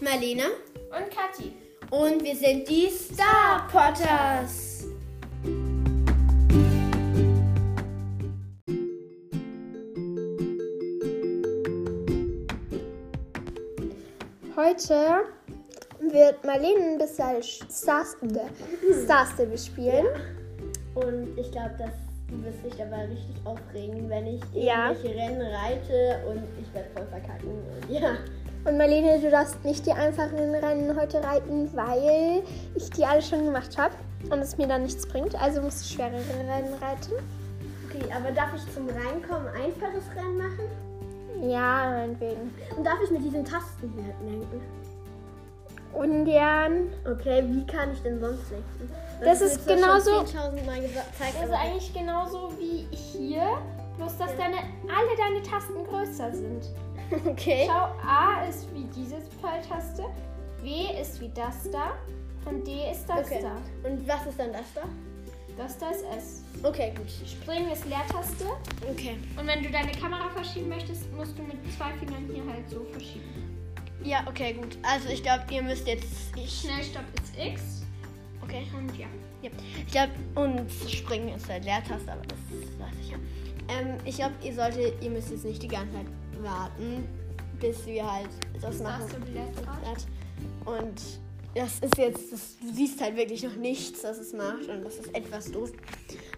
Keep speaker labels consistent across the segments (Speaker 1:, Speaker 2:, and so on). Speaker 1: Marlene
Speaker 2: Und Kathi.
Speaker 1: und wir sind die Star Potters.
Speaker 3: Heute wird Marlene ein bisschen Stars, äh, Stars Stable spielen.
Speaker 2: Und ich glaube, dass du wirst dich aber richtig aufregen, wenn ich
Speaker 3: Ja.
Speaker 2: irgendwelche Rennen reite und ich werde voll verkacken. Und ja.
Speaker 3: Und Marlene, du darfst nicht die einfachen Rennen heute reiten, weil ich die alle schon gemacht habe und es mir dann nichts bringt. Also musst du schwerere Rennen reiten.
Speaker 2: Okay, aber darf ich zum Reinkommen ein einfaches Rennen machen?
Speaker 3: Ja, meinetwegen.
Speaker 2: Und darf ich mit diesen Tasten hier lenken?
Speaker 3: Ungern.
Speaker 2: Okay, wie kann ich denn sonst lenken?
Speaker 3: Das ist
Speaker 2: mir zwar schon
Speaker 3: genauso-
Speaker 2: 10.000 Mal gezeigt,
Speaker 4: Das
Speaker 2: aber-
Speaker 4: ist Also eigentlich genauso wie hier, bloß dass deine, alle deine Tasten größer sind.
Speaker 3: Okay.
Speaker 4: Schau, A ist wie diese Pfeiltaste, W ist wie das da und D ist das
Speaker 2: Okay.
Speaker 4: da.
Speaker 2: Und was ist dann das da?
Speaker 4: Das da ist S.
Speaker 2: Okay, gut.
Speaker 4: Springen ist Leertaste
Speaker 1: Okay.
Speaker 4: und wenn du deine Kamera verschieben möchtest, musst du mit zwei Fingern hier halt so verschieben.
Speaker 1: Ja, okay, gut. Also ich glaube, ihr müsst jetzt. Ich,
Speaker 4: Schnellstopp ist X
Speaker 1: okay.
Speaker 4: und ja.
Speaker 1: Ja. Ich glaube, und springen ist halt Leertaste, aber das weiß ich ja. Ähm, ich glaube, ihr solltet, ihr müsst jetzt nicht die ganze Zeit warten, bis wir halt das machen.
Speaker 4: Hast du die letzte Art?
Speaker 1: hat. Und das ist jetzt, das, du siehst halt wirklich noch nichts, was es macht. Und das ist etwas doof.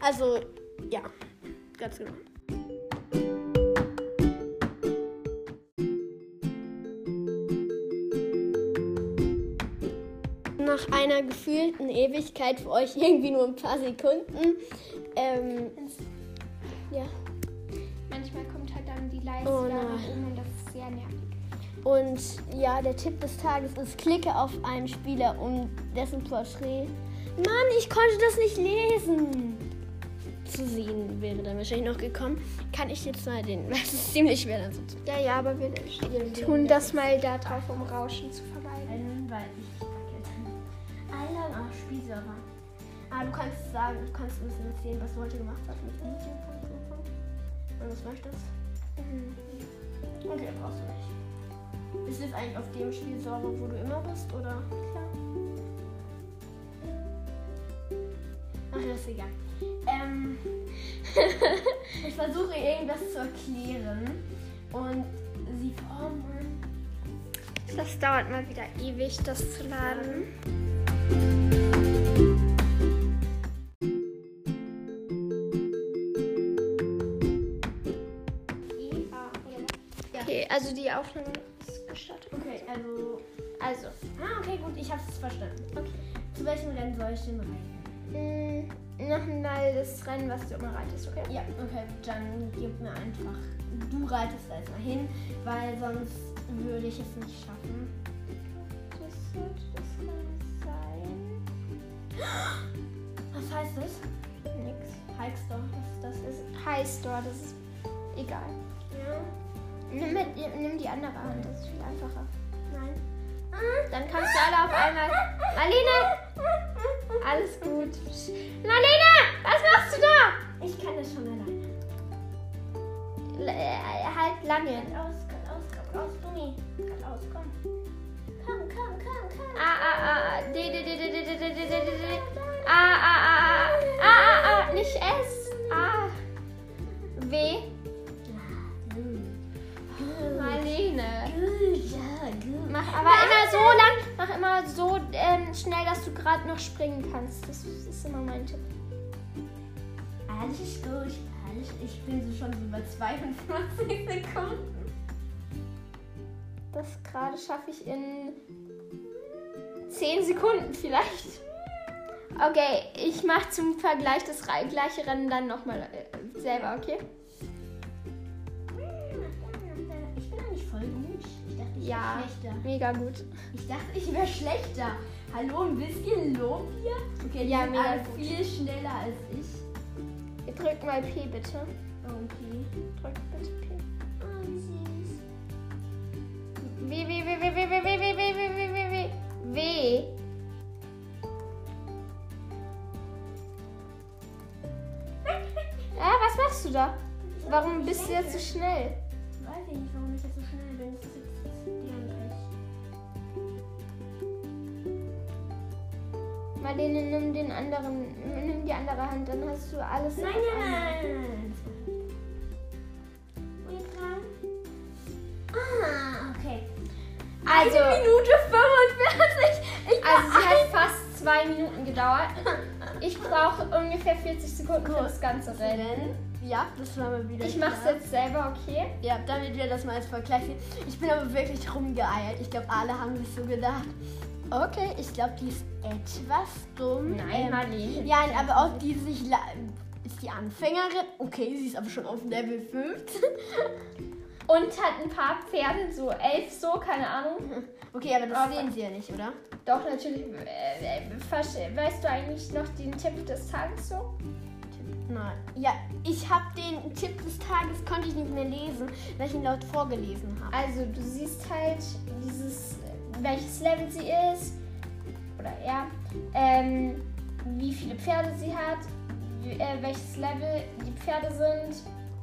Speaker 1: Also, ja, ganz genau. Nach einer gefühlten Ewigkeit für euch irgendwie nur ein paar Sekunden. Ähm, ja.
Speaker 4: Manchmal kommt halt dann die Leiste
Speaker 1: Oh
Speaker 4: da nach
Speaker 1: nein.
Speaker 4: oben und das ist sehr nervig.
Speaker 1: Und ja, der Tipp des Tages ist, klicke auf einen Spieler um dessen Porträt. Mann, ich konnte das nicht lesen. Zu sehen wäre dann wahrscheinlich noch gekommen. Kann ich jetzt mal den, weil es ist ziemlich schwer dann so zu
Speaker 3: Ja, ja, aber wir tun das mal da drauf, um Rauschen zu vermeiden.
Speaker 2: Einen weiblichen Einer am Spielserver.
Speaker 1: Ah, du kannst sagen, du kannst ein bisschen erzählen, was du heute gemacht hast mit dem Videopunkt. Und was möchtest Okay, brauchst du nicht. Ist das eigentlich auf dem Spielserver, wo du immer bist, oder? Klar. Ach, das ist egal. Ähm, ich versuche irgendwas zu erklären und sie oh formen.
Speaker 3: Das dauert mal wieder ewig, das zu laden.
Speaker 4: E, A, oder?
Speaker 3: Okay, also die Aufnahme ist gestartet.
Speaker 1: Okay, also.
Speaker 4: Also,
Speaker 1: Ah, okay, gut, ich hab's verstanden. Okay. Zu welchem Rennen soll ich denn rein?
Speaker 3: Mm, Nochmal das Rennen, was du immer reitest, okay?
Speaker 1: Ja, okay, dann gib mir einfach. Du reitest da jetzt mal hin, weil sonst würde ich es nicht schaffen.
Speaker 3: Das sollte das Rennen sein.
Speaker 1: Was heißt das?
Speaker 3: Nix.
Speaker 1: Hikes doch, das, das ist.
Speaker 3: Das heißt dort, das ist egal.
Speaker 1: Ja.
Speaker 3: Nimm, mit, nimm die andere Hand, das ist viel einfacher.
Speaker 1: Nein.
Speaker 3: Dann kannst du alle auf einmal. Marlene! Alles gut. Sch- Marlene! Was machst du da?
Speaker 1: Ich kann das schon alleine.
Speaker 3: L äh, halt lange.
Speaker 1: Aus, kann aus, kann aus, Gummi. Kann aus, komm. Komm, komm, komm, komm.
Speaker 3: A, A, A, D, D, D, D, D, D, D, D, D, D, D. A, A, A,
Speaker 4: Ah,
Speaker 3: A, A, A, A, nicht S. A. W. ah. Marlene.
Speaker 1: Ja, gut.
Speaker 3: Mach aber immer so lang, mach immer so ähm, schnell, dass du gerade noch springen kannst. Das ist immer mein Tipp.
Speaker 1: Alles ist gut. Alles, ich bin so schon so bei 52 Sekunden.
Speaker 3: Das gerade schaffe ich in 10 Sekunden vielleicht. Okay, ich mache zum Vergleich das rei- gleiche Rennen dann nochmal äh, selber, okay?
Speaker 1: Ich bin eigentlich voll gut. Ich dachte, ich
Speaker 3: Ja.
Speaker 1: bin schlechter.
Speaker 3: Mega gut.
Speaker 1: Ich dachte, ich wäre schlechter. Hallo, ein bisschen Lob hier. Okay, die
Speaker 3: Ja,
Speaker 1: sind
Speaker 3: mega
Speaker 1: alle
Speaker 3: gut.
Speaker 1: viel schneller als ich. Oh,
Speaker 3: Drück mal P bitte.
Speaker 1: Okay.
Speaker 3: Drück bitte P.
Speaker 1: Oh, wie süß.
Speaker 3: W, W, W, W, W, W, W, W, W, W, W, W, W, W. Ah, was machst du da? Warum bist du jetzt so schnell?
Speaker 1: Weiß ich nicht, warum ich jetzt so schnell bin. Das ist jetzt das ist dämlich.
Speaker 3: Marlene, nimm den anderen, nimm die andere Hand, dann hast du alles.
Speaker 4: Meine
Speaker 3: auf einmal.
Speaker 1: Oh,
Speaker 4: Hand. Und dran. Ah, okay.
Speaker 3: Also,
Speaker 4: Eine Minute 45. Ich war
Speaker 3: also sie hat fast zwei Minuten gedauert. Ich brauche ungefähr 40 Sekunden für das ganze Rennen.
Speaker 1: Ja, das war mal wieder.
Speaker 3: Ich mach's
Speaker 1: klar.
Speaker 3: jetzt selber, okay?
Speaker 1: Ja, damit wir das mal als Vergleich sehen. Ich bin aber wirklich rumgeeiert. Ich glaube, alle haben sich so gedacht. Okay, ich glaube, die ist etwas dumm. Ähm,
Speaker 3: Nein, Marlene.
Speaker 1: Ja, aber auch die sich. la- Ist die Anfängerin? Okay, sie ist aber schon auf Level 15.
Speaker 3: Und hat ein paar Pferde, so elf so, keine Ahnung.
Speaker 1: Okay, aber das
Speaker 3: Aber-
Speaker 1: sehen sie ja nicht, oder?
Speaker 3: Doch, natürlich. Äh, äh, verste- weißt du eigentlich noch den Tipp des Tages so?
Speaker 1: Nein. Ja, ich habe den Tipp des Tages, konnte ich nicht mehr lesen, weil ich ihn laut vorgelesen habe.
Speaker 3: Also du siehst halt dieses, welches Level sie ist oder er, ähm, wie viele Pferde sie hat, wie, äh, welches Level die Pferde sind,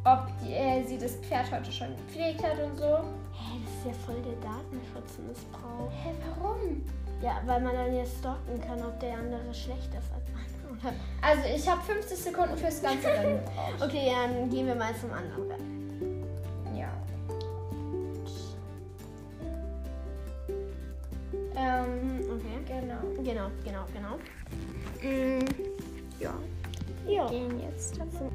Speaker 3: ob die, äh, sie das Pferd heute schon gepflegt hat und so.
Speaker 1: Hä, das ist ja voll der Datenschutzmissbrauch.
Speaker 3: Hä, warum?
Speaker 1: Ja, weil man dann jetzt stalken kann, ob der andere schlechter ist als man. Oder?
Speaker 3: Also ich habe 50 Sekunden fürs ganze Rennen.
Speaker 1: Okay, dann gehen wir mal zum anderen. Rennen.
Speaker 3: ja. Ähm,
Speaker 1: Okay.
Speaker 3: genau.
Speaker 1: Genau, genau, genau. Mm,
Speaker 3: Ja.
Speaker 1: Ja.
Speaker 3: Gehen jetzt dazu.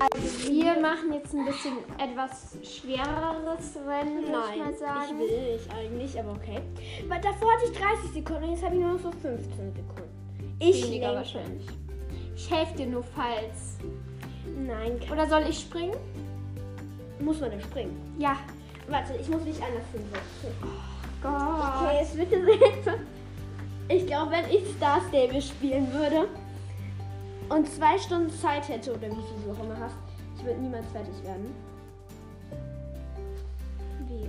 Speaker 3: Also wir machen jetzt ein bisschen etwas schwereres Rennen, würde ich mal sagen.
Speaker 1: will ich eigentlich, aber okay. Weil davor hatte ich 30 Sekunden und jetzt habe ich nur noch so 15 Sekunden. Ich
Speaker 3: Weniger
Speaker 1: lenk-
Speaker 3: wahrscheinlich. Ich helfe dir nur, falls.
Speaker 1: Nein, kann,
Speaker 3: Oder soll ich springen?
Speaker 1: muss man denn springen?
Speaker 3: Ja.
Speaker 1: Warte, ich muss mich anders hinsetzen.
Speaker 3: Gott.
Speaker 1: Okay, jetzt bitte sehen. Ich glaube, wenn ich Star Stable spielen würde und zwei Stunden Zeit hätte oder wie viel du auch immer hast, ich würde niemals fertig werden. Wie?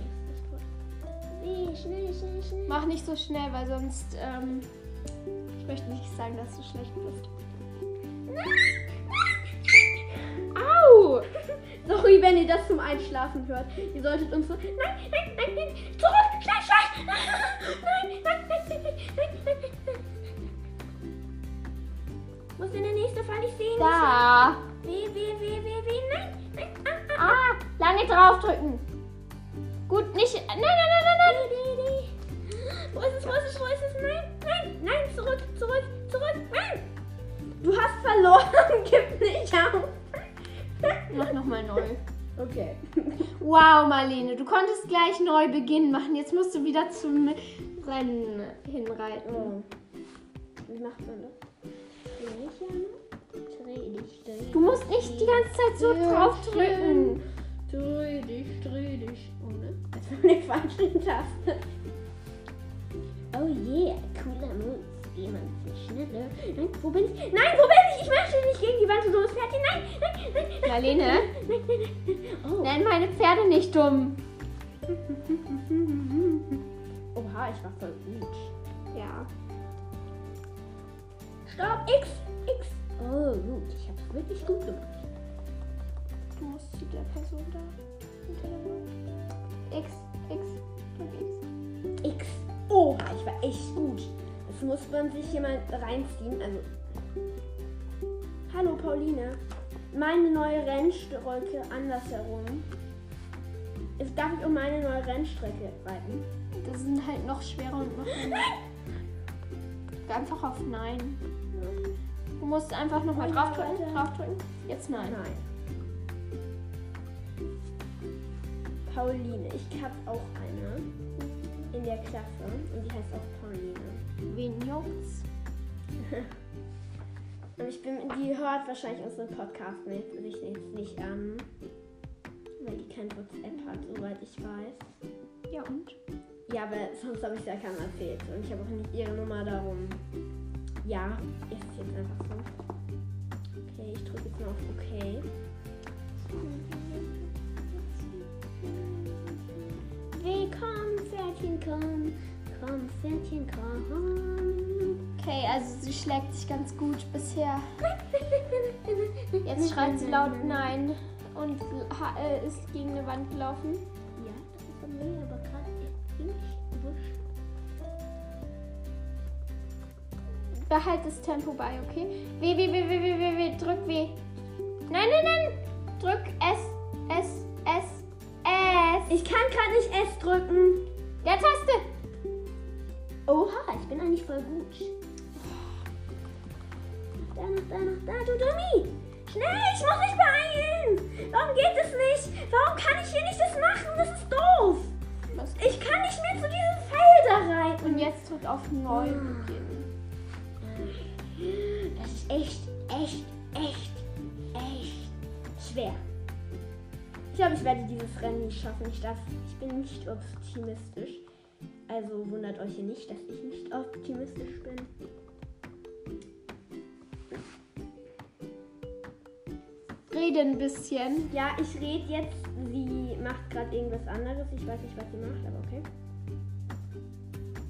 Speaker 1: Wie? Schnell, schnell, schnell.
Speaker 3: Mach nicht so schnell, weil sonst. Ähm, ich möchte nicht sagen, dass du schlecht bist.
Speaker 1: Au! Sorry, wenn ihr das zum Einschlafen hört. Ihr solltet uns so. Nein, nein, nein, nein! Zurück! Schnell, schnell! Nein, nein, nein, nein, nein, nein, nein, nein! Muss in der nächsten Falle ich sehen?
Speaker 3: Da.
Speaker 1: Weh, weh, weh, weh, weh, nein, nein, ah, ah.
Speaker 3: Ah, lange draufdrücken. Gut, nicht. Nein, nein,
Speaker 1: ah,
Speaker 3: nein, nein, nein.
Speaker 1: Wo ist es, wo ist es, wo ist es? Nein, nein, nein, zurück, zurück, zurück, nein! Du hast verloren, gib nicht auf!
Speaker 3: Mach nochmal neu.
Speaker 1: Okay.
Speaker 3: Wow, Marlene, du konntest gleich neu beginnen machen. Jetzt musst du wieder zum Rennen hinreiten.
Speaker 1: Wie macht man das? Dreh dich, Jana. Dreh dich, dreh dich.
Speaker 3: Du musst nicht die ganze Zeit so
Speaker 1: Ja,
Speaker 3: draufdrücken.
Speaker 1: Dreh dich, dreh dich. Oh, ne? Als wenn man eine falsche Taste. Oh yeah, cooler Move. Jemand ist schneller. Nein, wo bin ich? Nein, wo bin ich? Ich möchte nicht gegen die Wand und so ist fertig. Nein, nein, nein, nein.
Speaker 3: Marlene,
Speaker 1: Nein, nein, nein. Oh.
Speaker 3: nenn meine Pferde nicht dumm.
Speaker 1: Oha, ich war voll gut.
Speaker 3: Ja.
Speaker 1: Stopp, X, X. Oh, gut. Ich hab's wirklich gut gemacht.
Speaker 3: Du musst zu der Person da. hinter der Wand. X, X, drück X.
Speaker 1: X. Oha, ich war echt gut. Das muss man sich jemand reinziehen. Also. Hallo, Pauline. Meine neue Rennstrecke andersherum. Es darf ich um meine neue Rennstrecke reiten.
Speaker 3: Das sind halt noch schwerer und noch. Drück Einfach auf Nein. Du musst einfach nochmal draufdrücken. Draufdrücken. Jetzt Nein.
Speaker 1: Nein. Pauline. Ich hab auch eine in der Klasse und die heißt auch Pauline.
Speaker 3: Wen juckt's?
Speaker 1: Und ich bin, die hört wahrscheinlich unseren Podcast nicht, sich jetzt nicht an. Weil die kein WhatsApp hat, soweit ich weiß.
Speaker 3: Ja und?
Speaker 1: Ja, aber sonst habe ich ja keinem erzählt. Und ich habe auch nicht ihre Nummer darum. Ja, ist jetzt einfach so. Okay, ich drücke jetzt mal auf OK. Willkommen, Pferdchen, komm. Komm, Pferdchen, komm.
Speaker 3: Okay, also sie schlägt sich ganz gut bisher. Jetzt schreit sie laut Nein.
Speaker 4: und ha- äh, ist gegen eine Wand gelaufen?
Speaker 2: Ja, das ist von mir, aber gerade im Busch.
Speaker 4: Behalt das Tempo bei, okay? W, W, W, W, W, W, W, drück W. Nein, nein, nein! Drück S, S, S, S.
Speaker 1: Ich kann gerade nicht S drücken.
Speaker 4: Der Taste!
Speaker 1: Oha, ich bin eigentlich voll gut. Da, noch da, noch da, du Dummi. Schnell, ich muss mich beeilen. Warum geht es nicht? Warum kann ich hier nicht das machen? Das ist doof.
Speaker 4: Was?
Speaker 1: Ich kann nicht mehr zu diesem Felder rein.
Speaker 4: Und jetzt drück auf
Speaker 3: Ah.
Speaker 4: 9 beginnen.
Speaker 1: Das ist echt, echt, echt, echt schwer. Ich glaube, ich werde dieses Rennen nicht schaffen. Ich, darf, ich bin nicht optimistisch. Also wundert euch hier nicht, dass ich nicht optimistisch bin.
Speaker 4: Rede ein bisschen.
Speaker 1: Ja, ich rede jetzt. Sie macht gerade irgendwas anderes. Ich weiß nicht, was sie macht, aber okay.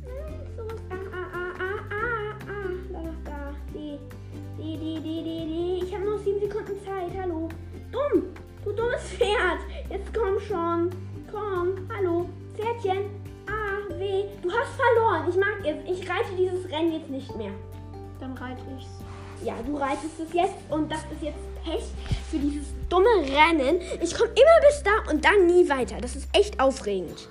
Speaker 1: Hm, sowas. Ah, ah, ah, ah, ah, ah. Da, noch da. D. D, D, D, D, D. Ich habe noch sieben Sekunden Zeit. Hallo. Dumm. Du dummes Pferd. Jetzt komm schon. Komm. Hallo. Pferdchen. A, W. Du hast verloren. Ich mag jetzt. Ich reite dieses Rennen jetzt nicht mehr.
Speaker 4: Dann reite ich's.
Speaker 1: Ja, du reitest es jetzt und das ist jetzt Pech für dieses dumme Rennen. Ich komme immer bis da und dann nie weiter. Das ist echt aufregend.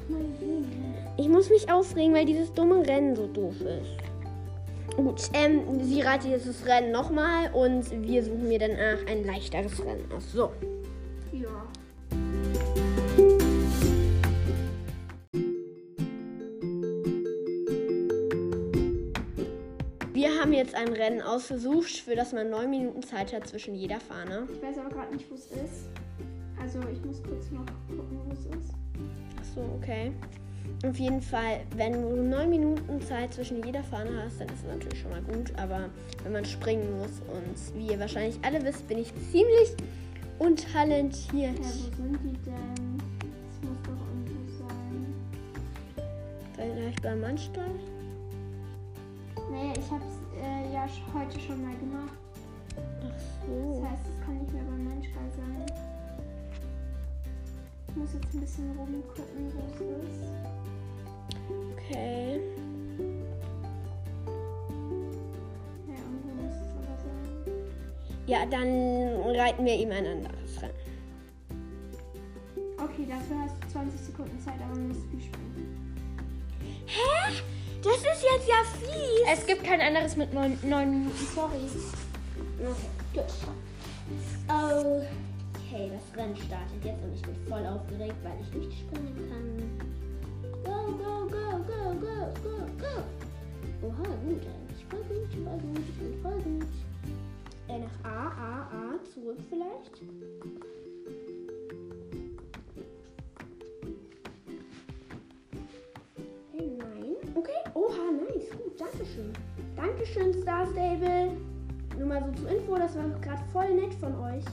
Speaker 1: Ich muss mich aufregen, weil dieses dumme Rennen so doof ist. Gut, ähm, sie reitet jetzt das Rennen nochmal und wir suchen mir danach ein leichteres Rennen aus. So.
Speaker 4: Ja.
Speaker 1: Wir haben jetzt ein Rennen ausgesucht, für das man neun Minuten Zeit hat zwischen jeder Fahne.
Speaker 4: Ich weiß aber gerade nicht, wo es ist. Also ich muss kurz noch gucken, wo es ist.
Speaker 1: So, okay. Auf jeden Fall, wenn du neun Minuten Zeit zwischen jeder Fahne hast, dann ist es natürlich schon mal gut. Aber wenn man springen muss und wie ihr wahrscheinlich alle wisst, bin ich ziemlich untalentiert.
Speaker 4: Ja, wo sind die denn? Es muss doch irgendwo sein.
Speaker 1: Vielleicht bei Mannstall?
Speaker 4: Nee, ich hab's äh, ja sch- heute schon mal gemacht.
Speaker 1: Ach
Speaker 4: Das
Speaker 1: so.
Speaker 4: heißt, es kann nicht mehr beim Menschball sein. Ich muss jetzt ein bisschen rumgucken, wo es ist.
Speaker 1: Okay.
Speaker 4: Ja, irgendwo muss es aber sein.
Speaker 1: Ja, dann reiten wir ihm ein anderes Rennen.
Speaker 4: Okay, dafür hast du 20 Sekunden Zeit, aber musst viel springen.
Speaker 1: Hä? Das ist jetzt ja fies.
Speaker 3: Es gibt kein anderes mit 9, Minuten, sorry.
Speaker 2: Okay, das Rennen startet jetzt und ich bin voll aufgeregt, weil ich nicht springen kann. Go, go, go, go, go, go, go. Oha, gut eigentlich. Voll gut, voll gut, ich bin voll gut.
Speaker 1: Äh, nach A, A, A zurück vielleicht? Äh, nein. Okay. Oha, nice. Gut, dankeschön. Dankeschön, Star Stable. Nur mal so zur Info, das war gerade voll nett von euch.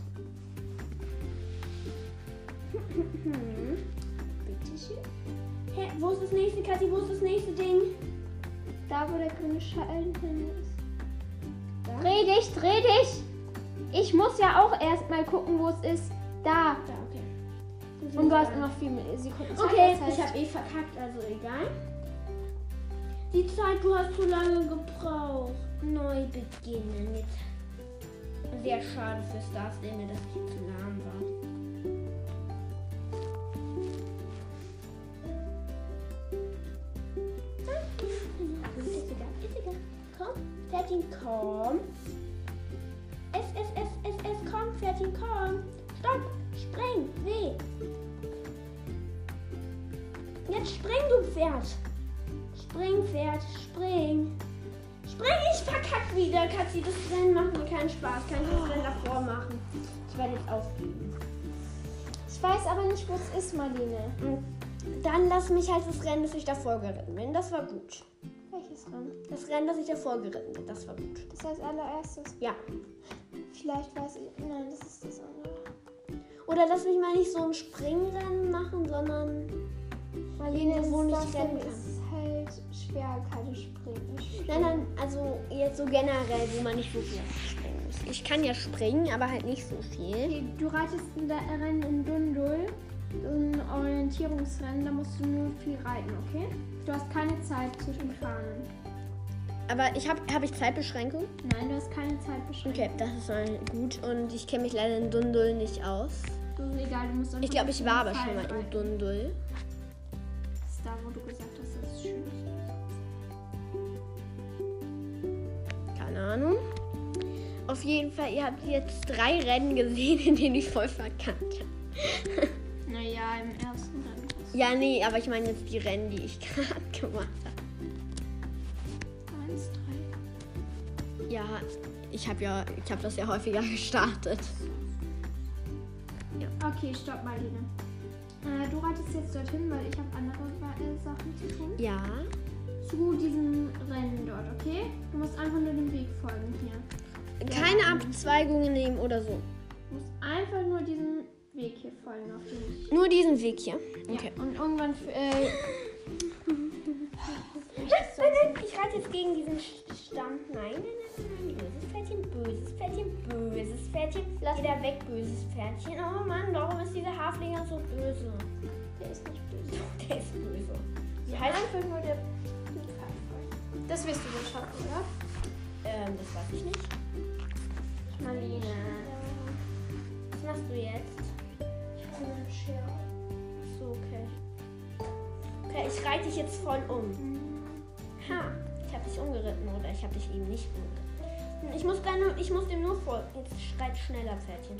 Speaker 1: Bitte schön. Hä, wo ist das nächste, Kathi? Wo ist das nächste Ding?
Speaker 4: Da, wo der grüne Schallen hin ist.
Speaker 1: Da?
Speaker 4: Dreh dich, dreh dich! Ich muss ja auch erstmal gucken, wo es ist. Da.
Speaker 1: Da, okay.
Speaker 4: Und du hast nur noch 4 Sekunden Zeit.
Speaker 1: Okay,
Speaker 4: das heißt,
Speaker 1: ich habe eh verkackt, also egal. Die Zeit, du hast zu lange gebraucht. Neu beginnen. Jetzt. Sehr schade für Stars, Ende, dass ich zu lahm war.
Speaker 2: Ist egal, ist egal. Komm, Pferdchen, komm.
Speaker 1: Es, es, es, es, es, komm, Pferdchen, komm. Stopp, spring, weh. Jetzt spring, du Pferd. Spring, Pferd, spring. Spring, ich verkack wieder, Katzi. Das Rennen macht mir keinen Spaß. Kann ich das Rennen davor machen? Ich werde jetzt aufgeben.
Speaker 4: ich weiß aber nicht, wo es ist, Marlene.
Speaker 1: Hm. Dann lass mich halt das Rennen, das ich davor geritten bin. Das war gut.
Speaker 4: Welches Rennen?
Speaker 1: Das Rennen, das ich davor geritten bin, das war gut.
Speaker 4: Das ist als allererstes.
Speaker 1: Ja.
Speaker 4: Vielleicht weiß ich. Nein, das ist das andere.
Speaker 1: Oder lass mich mal nicht so ein Springrennen machen, sondern.
Speaker 4: Marlene,
Speaker 1: Irgendwo, wo
Speaker 4: das
Speaker 1: nicht
Speaker 4: das
Speaker 1: rennen
Speaker 4: Ding ist halt schwer, keine Springen.
Speaker 1: Nein, nein, also jetzt so generell, wo man nicht so viel springen muss. Ich kann ja springen, aber halt nicht so viel.
Speaker 4: Okay, du reitest ein Rennen in Dundul, ein Orientierungsrennen, da musst du nur viel reiten, okay? Du hast keine Zeit zwischen Fahnen.
Speaker 1: Aber ich habe hab ich Zeitbeschränkung.
Speaker 4: Nein, du hast keine Zeit beschränkt.
Speaker 1: Okay, das ist mal gut. Und ich kenne mich leider in Dundul nicht aus.
Speaker 4: Das ist egal, du musst einfach
Speaker 1: Ich glaube, ich war aber
Speaker 4: mit
Speaker 1: schon mal
Speaker 4: Pfeilen
Speaker 1: in
Speaker 4: reiten.
Speaker 1: Dundul.
Speaker 4: Das ist da, wo du gesagt hast, das ist schön.
Speaker 1: Keine Ahnung. Auf jeden Fall, ihr habt jetzt drei Rennen gesehen, in denen ich voll verkannt habe.
Speaker 4: Naja, im ersten Rennen. hast
Speaker 1: Ja, nee, aber ich meine jetzt die Rennen, die ich gerade gemacht habe.
Speaker 4: du Eins, drei.
Speaker 1: Ja, ich habe ja, ich habe das ja häufiger gestartet.
Speaker 4: Okay, stopp, Marlene. Äh, du reitest jetzt dorthin, weil ich habe andere äh, Sachen zu tun.
Speaker 1: Ja,
Speaker 4: Zu diesem Rennen dort, okay? Du musst einfach nur dem Weg folgen hier.
Speaker 1: keine Abzweigungen nehmen oder so.
Speaker 4: Du musst einfach nur diesem Weg hier folgen, auf dem
Speaker 1: Nur diesen Weg hier. Okay.
Speaker 4: Und irgendwann. f- Äh,
Speaker 1: Ich reite jetzt gegen diesen Stamm. Nein, nein, nein, nein. Böses Pferdchen, böses Pferdchen, böses Pferdchen. Lass wieder weg, böses Pferdchen. Oh Mann, warum ist dieser Haflinger so böse?
Speaker 4: der ist nicht böse.
Speaker 1: Doch, Der ist böse. Wie heißt
Speaker 4: Einfach nur der. dem Pferd folgen. Das wirst du wohl schaffen, oder?
Speaker 1: Ähm, das weiß ich nicht.
Speaker 4: Marlene.
Speaker 1: Was machst du jetzt?
Speaker 4: Ich habe eine Schere.
Speaker 1: Achso, okay. Okay, ich reite dich jetzt voll um. Ha, ich habe dich umgeritten oder ich habe dich eben nicht umgeritten. Ich muss, gar nur, ich muss dem nur folgen. Jetzt schreit schneller, Pferdchen.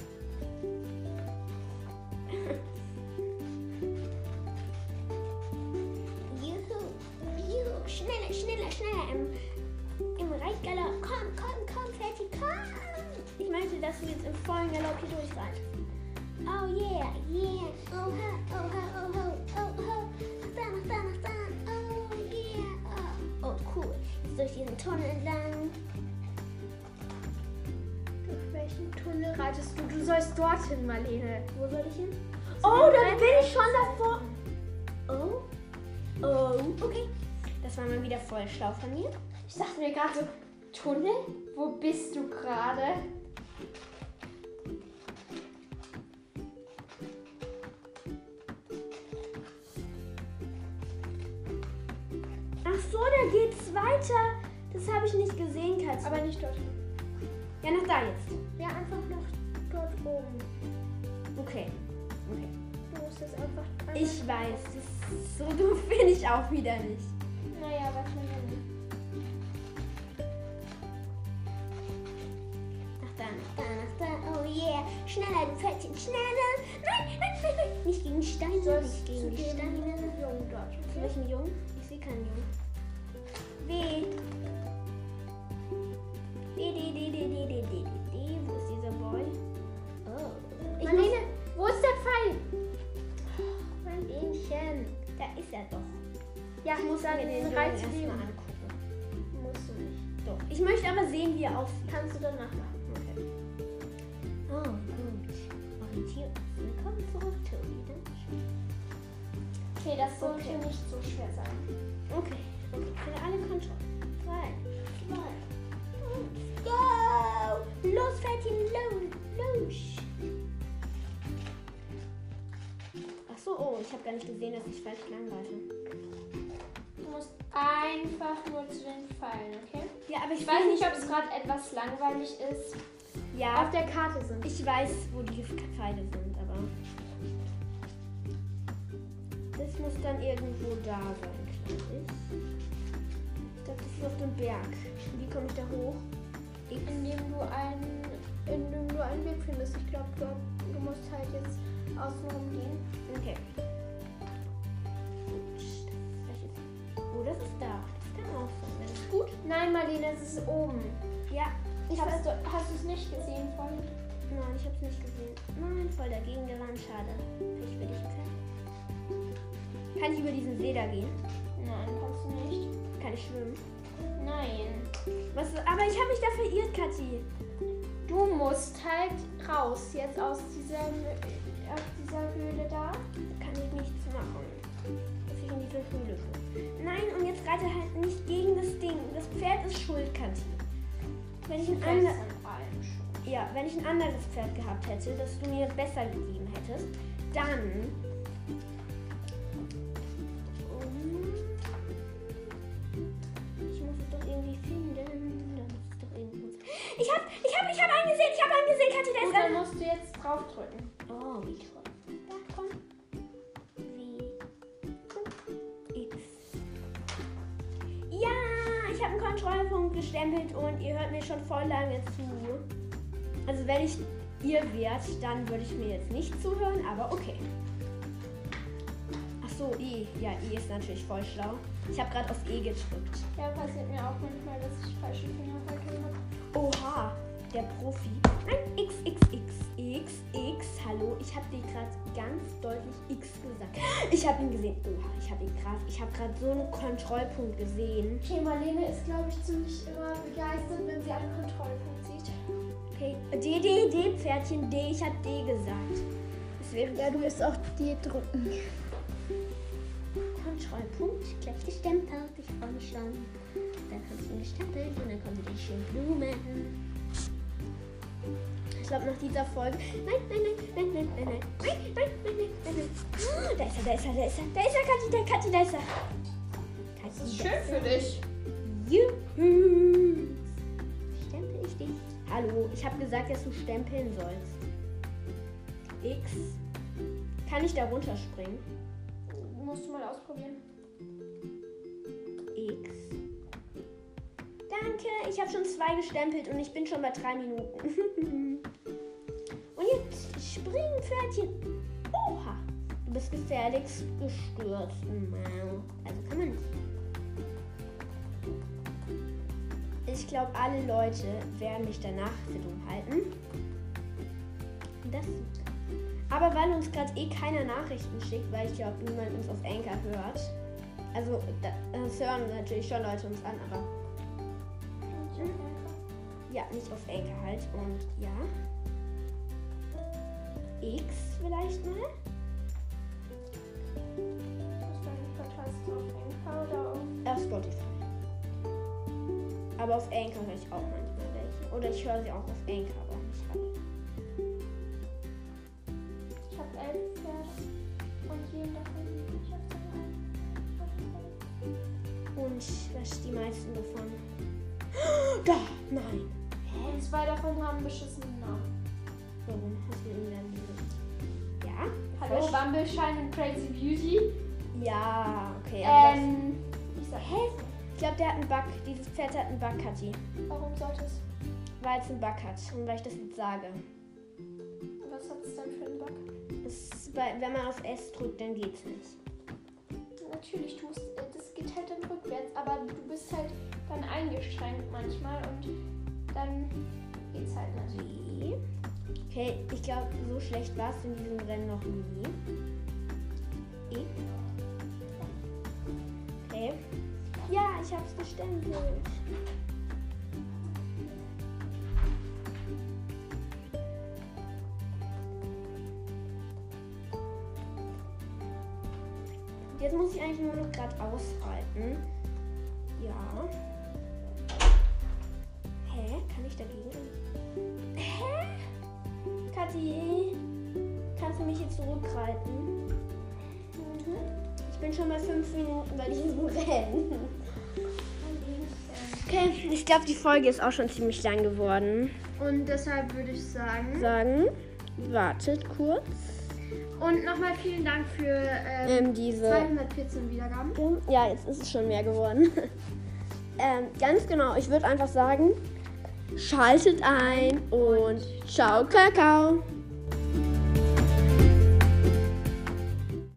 Speaker 2: Juhu, juhu, schneller, schneller, schneller im, im Reitgalopp. Komm, komm, komm, Fetti, komm.
Speaker 1: Ich möchte, dass du jetzt im vollen Galopp hier durchreitest.
Speaker 2: Oh yeah, yeah. Oh ho, oh ho, oh ho, oh ho. Mach da, mach da, mach da. Oh yeah. Oh, oh cool. Jetzt durch diesen Tunnel entlang.
Speaker 4: Durch welchen Tunnel reitest du? Du sollst dorthin, Marlene.
Speaker 2: Wo soll ich hin?
Speaker 1: Oh, da bin ich schon davor.
Speaker 2: Oh,
Speaker 1: Oh, okay. Das war mal wieder voll schlau von mir.
Speaker 4: Ich dachte mir gerade so: Tunnel? Wo bist du gerade?
Speaker 1: Ach so, da geht's weiter. Das habe ich nicht gesehen, Katze.
Speaker 4: Aber nicht dorthin.
Speaker 1: ja, nach da jetzt.
Speaker 4: Ja, einfach noch dort oben.
Speaker 1: Okay. Okay.
Speaker 4: Du musst jetzt einfach.
Speaker 1: Ich weiß, das ist so doof bin ich auch wieder nicht.
Speaker 4: Naja, wahrscheinlich nicht.
Speaker 1: Nach da. noch.
Speaker 2: da, nach da. Oh yeah. Schneller, du Fettchen, schneller. Nein, nein, nein, nein. Nicht gegen Steine, nicht
Speaker 4: Zu
Speaker 2: gegen
Speaker 4: dem
Speaker 2: Steine.
Speaker 4: Jungen dort.
Speaker 1: Zu welchem Jungen? Ich sehe keinen Jungen.
Speaker 2: Weh. Weh, weh, weh, weh, weh, weh, weh, weh.
Speaker 1: Wo ist dieser Boy?
Speaker 2: Oh.
Speaker 1: Ich
Speaker 4: Marlene, wo ist der Pfeil?
Speaker 1: mein Ähnchen. Da ist er doch.
Speaker 4: Ja,
Speaker 1: Ich muss
Speaker 4: dann
Speaker 1: mir den Jungen
Speaker 4: rein
Speaker 1: erst
Speaker 4: zu
Speaker 1: mal
Speaker 4: dem.
Speaker 1: angucken.
Speaker 4: Musst du nicht.
Speaker 1: Doch. Ich möchte aber sehen, wie er aussieht.
Speaker 4: Kannst du danach machen.
Speaker 1: Okay. Ah,
Speaker 2: Oh, gut. Orientierung. Willkommen zurück, Tobi. Dankeschön.
Speaker 4: Okay, das sollte
Speaker 1: Okay.
Speaker 4: nicht so schwer sein.
Speaker 1: Okay. Okay. Für alle Kontrollen. Drei.
Speaker 2: Go! Los, Fettchen, los, los!
Speaker 1: Ach so, oh, ich habe gar nicht gesehen, dass ich falsch lang reite.
Speaker 4: Du musst einfach nur zu den Pfeilen, okay?
Speaker 1: Ja, aber ich,
Speaker 4: Ich weiß nicht, ob es gerade etwas langweilig ist. Auf
Speaker 1: Ja,
Speaker 4: der Karte sind.
Speaker 1: ich weiß, wo die Pfeile sind, aber. Das muss dann irgendwo da sein, glaube ich. Ich glaube, das ist auf dem Berg. Wie komme ich da hoch?
Speaker 4: Indem du einen, indem du einen Weg findest. Ich glaube, du, du musst halt jetzt außenrum gehen.
Speaker 1: Okay. Psst, vielleicht ist- Oh, das ist da. Das kann auch sein. Das ist gut.
Speaker 4: Nein, Marlene, es ist oben.
Speaker 1: Ja.
Speaker 4: Ich
Speaker 1: Ich weiß.
Speaker 4: hast du es nicht gesehen vorhin?
Speaker 1: Nein, ich hab's nicht gesehen. Nein, voll dagegen gerannt. Schade. Ich will dich können. Kann ich über diesen See da gehen?
Speaker 4: Nein, kannst du nicht.
Speaker 1: Kann ich schwimmen?
Speaker 4: Nein.
Speaker 1: Was, aber ich habe mich da verirrt, Kathi.
Speaker 4: Du musst halt raus jetzt aus dieser, aus dieser Höhle da.
Speaker 1: Da kann ich nichts machen. Dass ich in diese Höhle komme. Nein, und jetzt reite halt nicht gegen das Ding. Das Pferd ist schuld, Kathi. Wenn ich ein
Speaker 4: Selbst
Speaker 1: anderes.
Speaker 4: an allem schon.
Speaker 1: Ja, wenn ich ein anderes Pferd gehabt hätte, das du mir besser gegeben hättest, dann. Um, ich muss es doch irgendwie finden. Dann ist es doch irgendwo. Ich hab, ich hab, ich hab einen gesehen, ich hab einen gesehen, Katja,
Speaker 4: Gut,
Speaker 1: der
Speaker 4: dann
Speaker 1: ist
Speaker 4: musst du jetzt draufdrücken.
Speaker 1: Oh, wie krass. Da, komm. Wie. X. Ja, ich habe einen Kontrollpunkt gestempelt und ihr hört mir schon voll lange zu. Also wenn ich ihr wärt, dann würde ich mir jetzt nicht zuhören, aber okay. Ach so, I. Ja, I ist natürlich voll schlau. Ich habe gerade auf E gedrückt.
Speaker 4: Ja, passiert mir auch manchmal, dass ich falsche Fingerverkehr habe.
Speaker 1: Oha, der Profi. Nein, X, X, X, X, X. Hallo, ich habe dir gerade ganz deutlich X gesagt. Ich habe ihn gesehen. Oha, ich habe ihn gerade. Ich habe gerade so einen Kontrollpunkt gesehen.
Speaker 4: Okay, Marlene ist, glaube ich, ziemlich immer begeistert, wenn sie einen Kontrollpunkt sieht.
Speaker 1: Okay, D, D, D, Pferdchen, D. Ich habe D gesagt. Es wäre
Speaker 5: Ja, du musst auch dir drücken.
Speaker 6: Kontrollpunkt, gleich gestempelt, ich freue mich schon. Dann habe ich ihn gestempelt und dann kommen die schönen Blumen.
Speaker 1: Ich glaube, nach dieser Folge. Nein, nein, nein, nein, nein, nein, nein, nein, nein, nein, nein, nein. Ah, Da ist er, da ist er, da ist er. Da ist er, Kathi, da, Kathi, da ist er. Kathi,
Speaker 4: Das ist
Speaker 1: da
Speaker 4: schön für dich.
Speaker 1: Juhu.
Speaker 6: Stempel ich dich?
Speaker 1: Hallo, ich habe gesagt, dass du stempeln sollst. X. Kann ich da runterspringen?
Speaker 4: Musst du mal ausprobieren.
Speaker 1: X. Danke, ich habe schon zwei gestempelt und ich bin schon bei drei Minuten. und jetzt springen, Pferdchen. Oha, du bist gefährlich gestürzt. Miau. Also kann man nicht. Ich glaube, alle Leute werden mich danach für dumm halten. Das. Aber weil uns gerade eh keiner Nachrichten schickt, weil ich glaube, niemand uns auf Anchor hört. Also, da, das hören natürlich schon Leute uns an, aber ja, nicht auf Enke halt. Und ja. X vielleicht mal?
Speaker 4: Hast du einen Podcast auf Enka oder auf
Speaker 1: Auf Spotify. Aber auf Anchor höre ich auch manchmal welche. Oder ich höre sie auch auf Anchor, aber nicht alle.
Speaker 4: Ich habe elf Pferde und jeden davon liebe ich auf seine
Speaker 1: Und was ist die meisten davon? Da! Nein!
Speaker 4: Art. Und zwei davon haben beschissenen Namen.
Speaker 1: Warum hast du ihn dann gesagt? Ja?
Speaker 4: Hallo,
Speaker 1: Fisch?
Speaker 4: Bumbleschein und Crazy Beauty.
Speaker 1: Ja, okay. Aber das-
Speaker 4: Ähm, ich sag, hä?
Speaker 1: ich glaube, der hat einen Bug. Dieses Pferd hat einen Bug, Kathi.
Speaker 4: Warum sollte es?
Speaker 1: Weil es einen Bug hat. Und weil ich das jetzt sage.
Speaker 4: Was hat es denn für einen Bug?
Speaker 1: Es, weil, wenn man auf S drückt, dann geht's nicht.
Speaker 4: Natürlich tust äh, das geht halt dann rückwärts, aber du bist halt dann eingeschränkt manchmal und dann geht's halt nicht.
Speaker 1: Nee. Okay, ich glaube, so schlecht war es in diesem Rennen noch nie. Ich? Okay. Ja, ich hab's gestempelt. Jetzt muss ich eigentlich nur noch gerade aushalten. Ja. Hä? Kann ich dagegen? Hä? Kathi, kannst du mich jetzt zurückreiten? Ich bin schon bei fünf Minuten bei diesem Rennen. Okay, ich glaube, die Folge ist auch schon ziemlich lang geworden.
Speaker 4: Und deshalb würde ich sagen.
Speaker 1: Sagen, wartet kurz.
Speaker 4: Und nochmal vielen Dank für äh,
Speaker 1: Ähm, diese.
Speaker 4: 214 Wiedergaben.
Speaker 1: Ja, jetzt ist es schon mehr geworden. Ähm, ganz genau, ich würde einfach sagen, schaltet ein und ciao, Kakao.